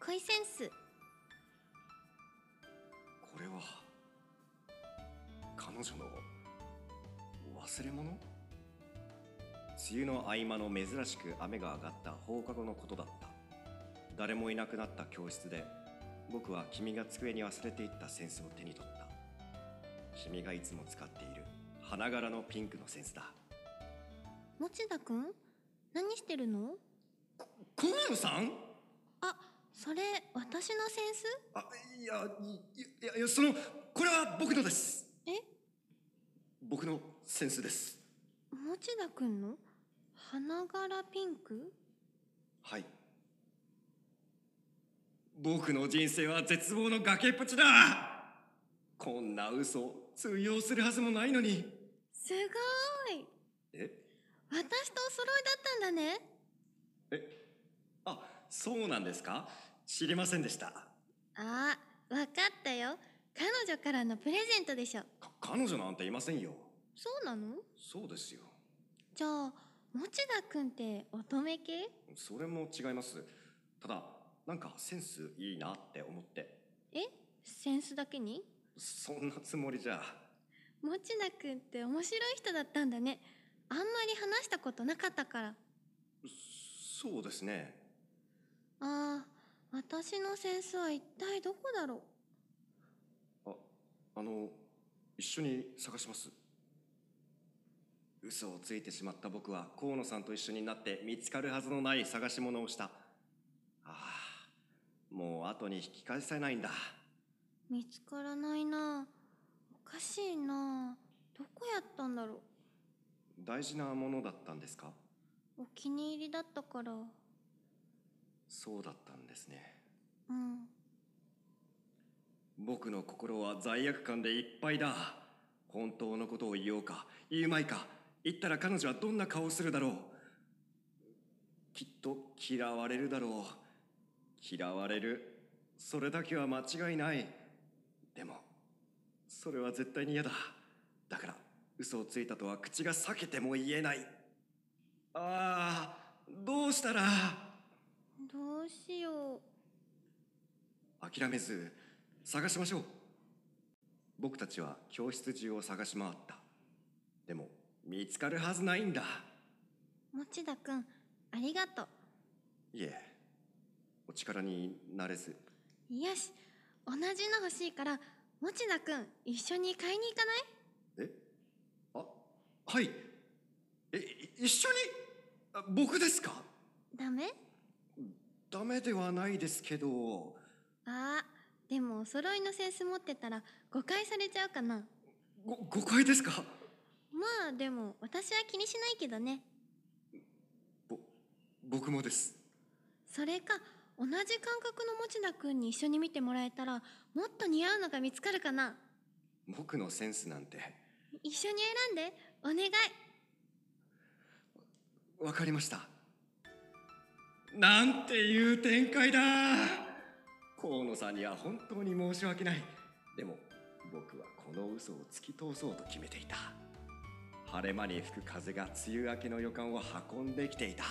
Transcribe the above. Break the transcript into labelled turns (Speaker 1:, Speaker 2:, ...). Speaker 1: 恋センス
Speaker 2: これは彼女の忘れ物梅雨の合間の珍しく雨が上がった放課後のことだった誰もいなくなった教室で僕は君が机に忘れていったセンスを手に取った君がいつも使っている花柄のピンクのセンスだ
Speaker 1: 持田くん何してるの
Speaker 2: コメンさん
Speaker 1: あそれ私のセンス
Speaker 2: あいやいやいやそのこれは僕のです
Speaker 1: え
Speaker 2: 僕のセンスです
Speaker 1: 持田くんの花柄ピンク
Speaker 2: はい僕の人生は絶望の崖っぷちだこんな嘘通用するはずもないのに
Speaker 1: すごーい
Speaker 2: え
Speaker 1: 私とお揃いだったんだね
Speaker 2: あそうなんですか知りませんでした
Speaker 1: あーわかったよ彼女からのプレゼントでしょ
Speaker 2: か彼女なんていませんよ
Speaker 1: そうなの
Speaker 2: そうですよ
Speaker 1: じゃあ持田くんって乙女系
Speaker 2: それも違いますただなんかセンスいいなって思って
Speaker 1: えセンスだけに
Speaker 2: そんなつもりじゃ
Speaker 1: 持田くんって面白い人だったんだねあんまり話したことなかったから
Speaker 2: そうですね
Speaker 1: あー私のセンスは一体どこだろう
Speaker 2: ああの一緒に探します嘘をついてしまった僕は河野さんと一緒になって見つかるはずのない探し物をしたああもう後に引き返せないんだ
Speaker 1: 見つからないなおかしいなどこやったんだろ
Speaker 2: 大事なものだったんですか
Speaker 1: うお気に入りだったからう
Speaker 2: そうだったんですね
Speaker 1: ん
Speaker 2: 僕の心は罪悪感でいっぱいだ本当のことを言おうか言うまいか言ったら彼女はどんな顔をするだろうきっと嫌われるだろう嫌われるそれだけは間違いないでもそれは絶対に嫌だだから嘘をついたとは口が裂けても言えないああどうしたら
Speaker 1: どうしよう
Speaker 2: 諦めず探しましょう僕たちは教室中を探し回ったでも見つかるはずないんだ
Speaker 1: 持田くんありがとう
Speaker 2: いえお力になれず
Speaker 1: よし同じの欲しいから持田くん一緒に買いに行かない
Speaker 2: えあはいえい一緒にあ僕ですか
Speaker 1: ダメ
Speaker 2: ダメではないですけど
Speaker 1: あーでもお揃いのセンス持ってたら誤解されちゃうかな
Speaker 2: ご誤解ですか
Speaker 1: まあでも私は気にしないけどね
Speaker 2: ぼ僕もです
Speaker 1: それか同じ感覚の持田くんに一緒に見てもらえたらもっと似合うのが見つかるかな
Speaker 2: 僕のセンスなんて
Speaker 1: 一緒に選んでお願い
Speaker 2: わかりましたなんていう展開だ河野さんには本当に申し訳ないでも僕はこの嘘を突き通そうと決めていた晴れ間に吹く風が梅雨明けの予感を運んできていた